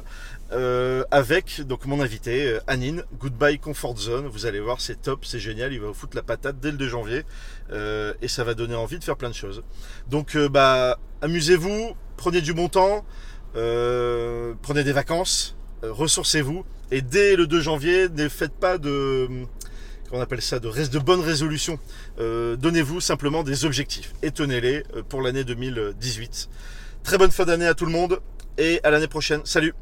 Speaker 1: euh, avec donc mon invité, euh, Anine. Goodbye Comfort Zone. Vous allez voir, c'est top, c'est génial. Il va vous foutre la patate dès le 2 janvier. Euh, et ça va donner envie de faire plein de choses. Donc euh, bah amusez-vous, prenez du bon temps, euh, prenez des vacances, euh, ressourcez-vous et dès le 2 janvier ne faites pas de qu'on appelle ça, de, reste de bonne résolution. Euh, Donnez-vous simplement des objectifs et tenez-les euh, pour l'année 2018. Très bonne fin d'année à tout le monde et à l'année prochaine. Salut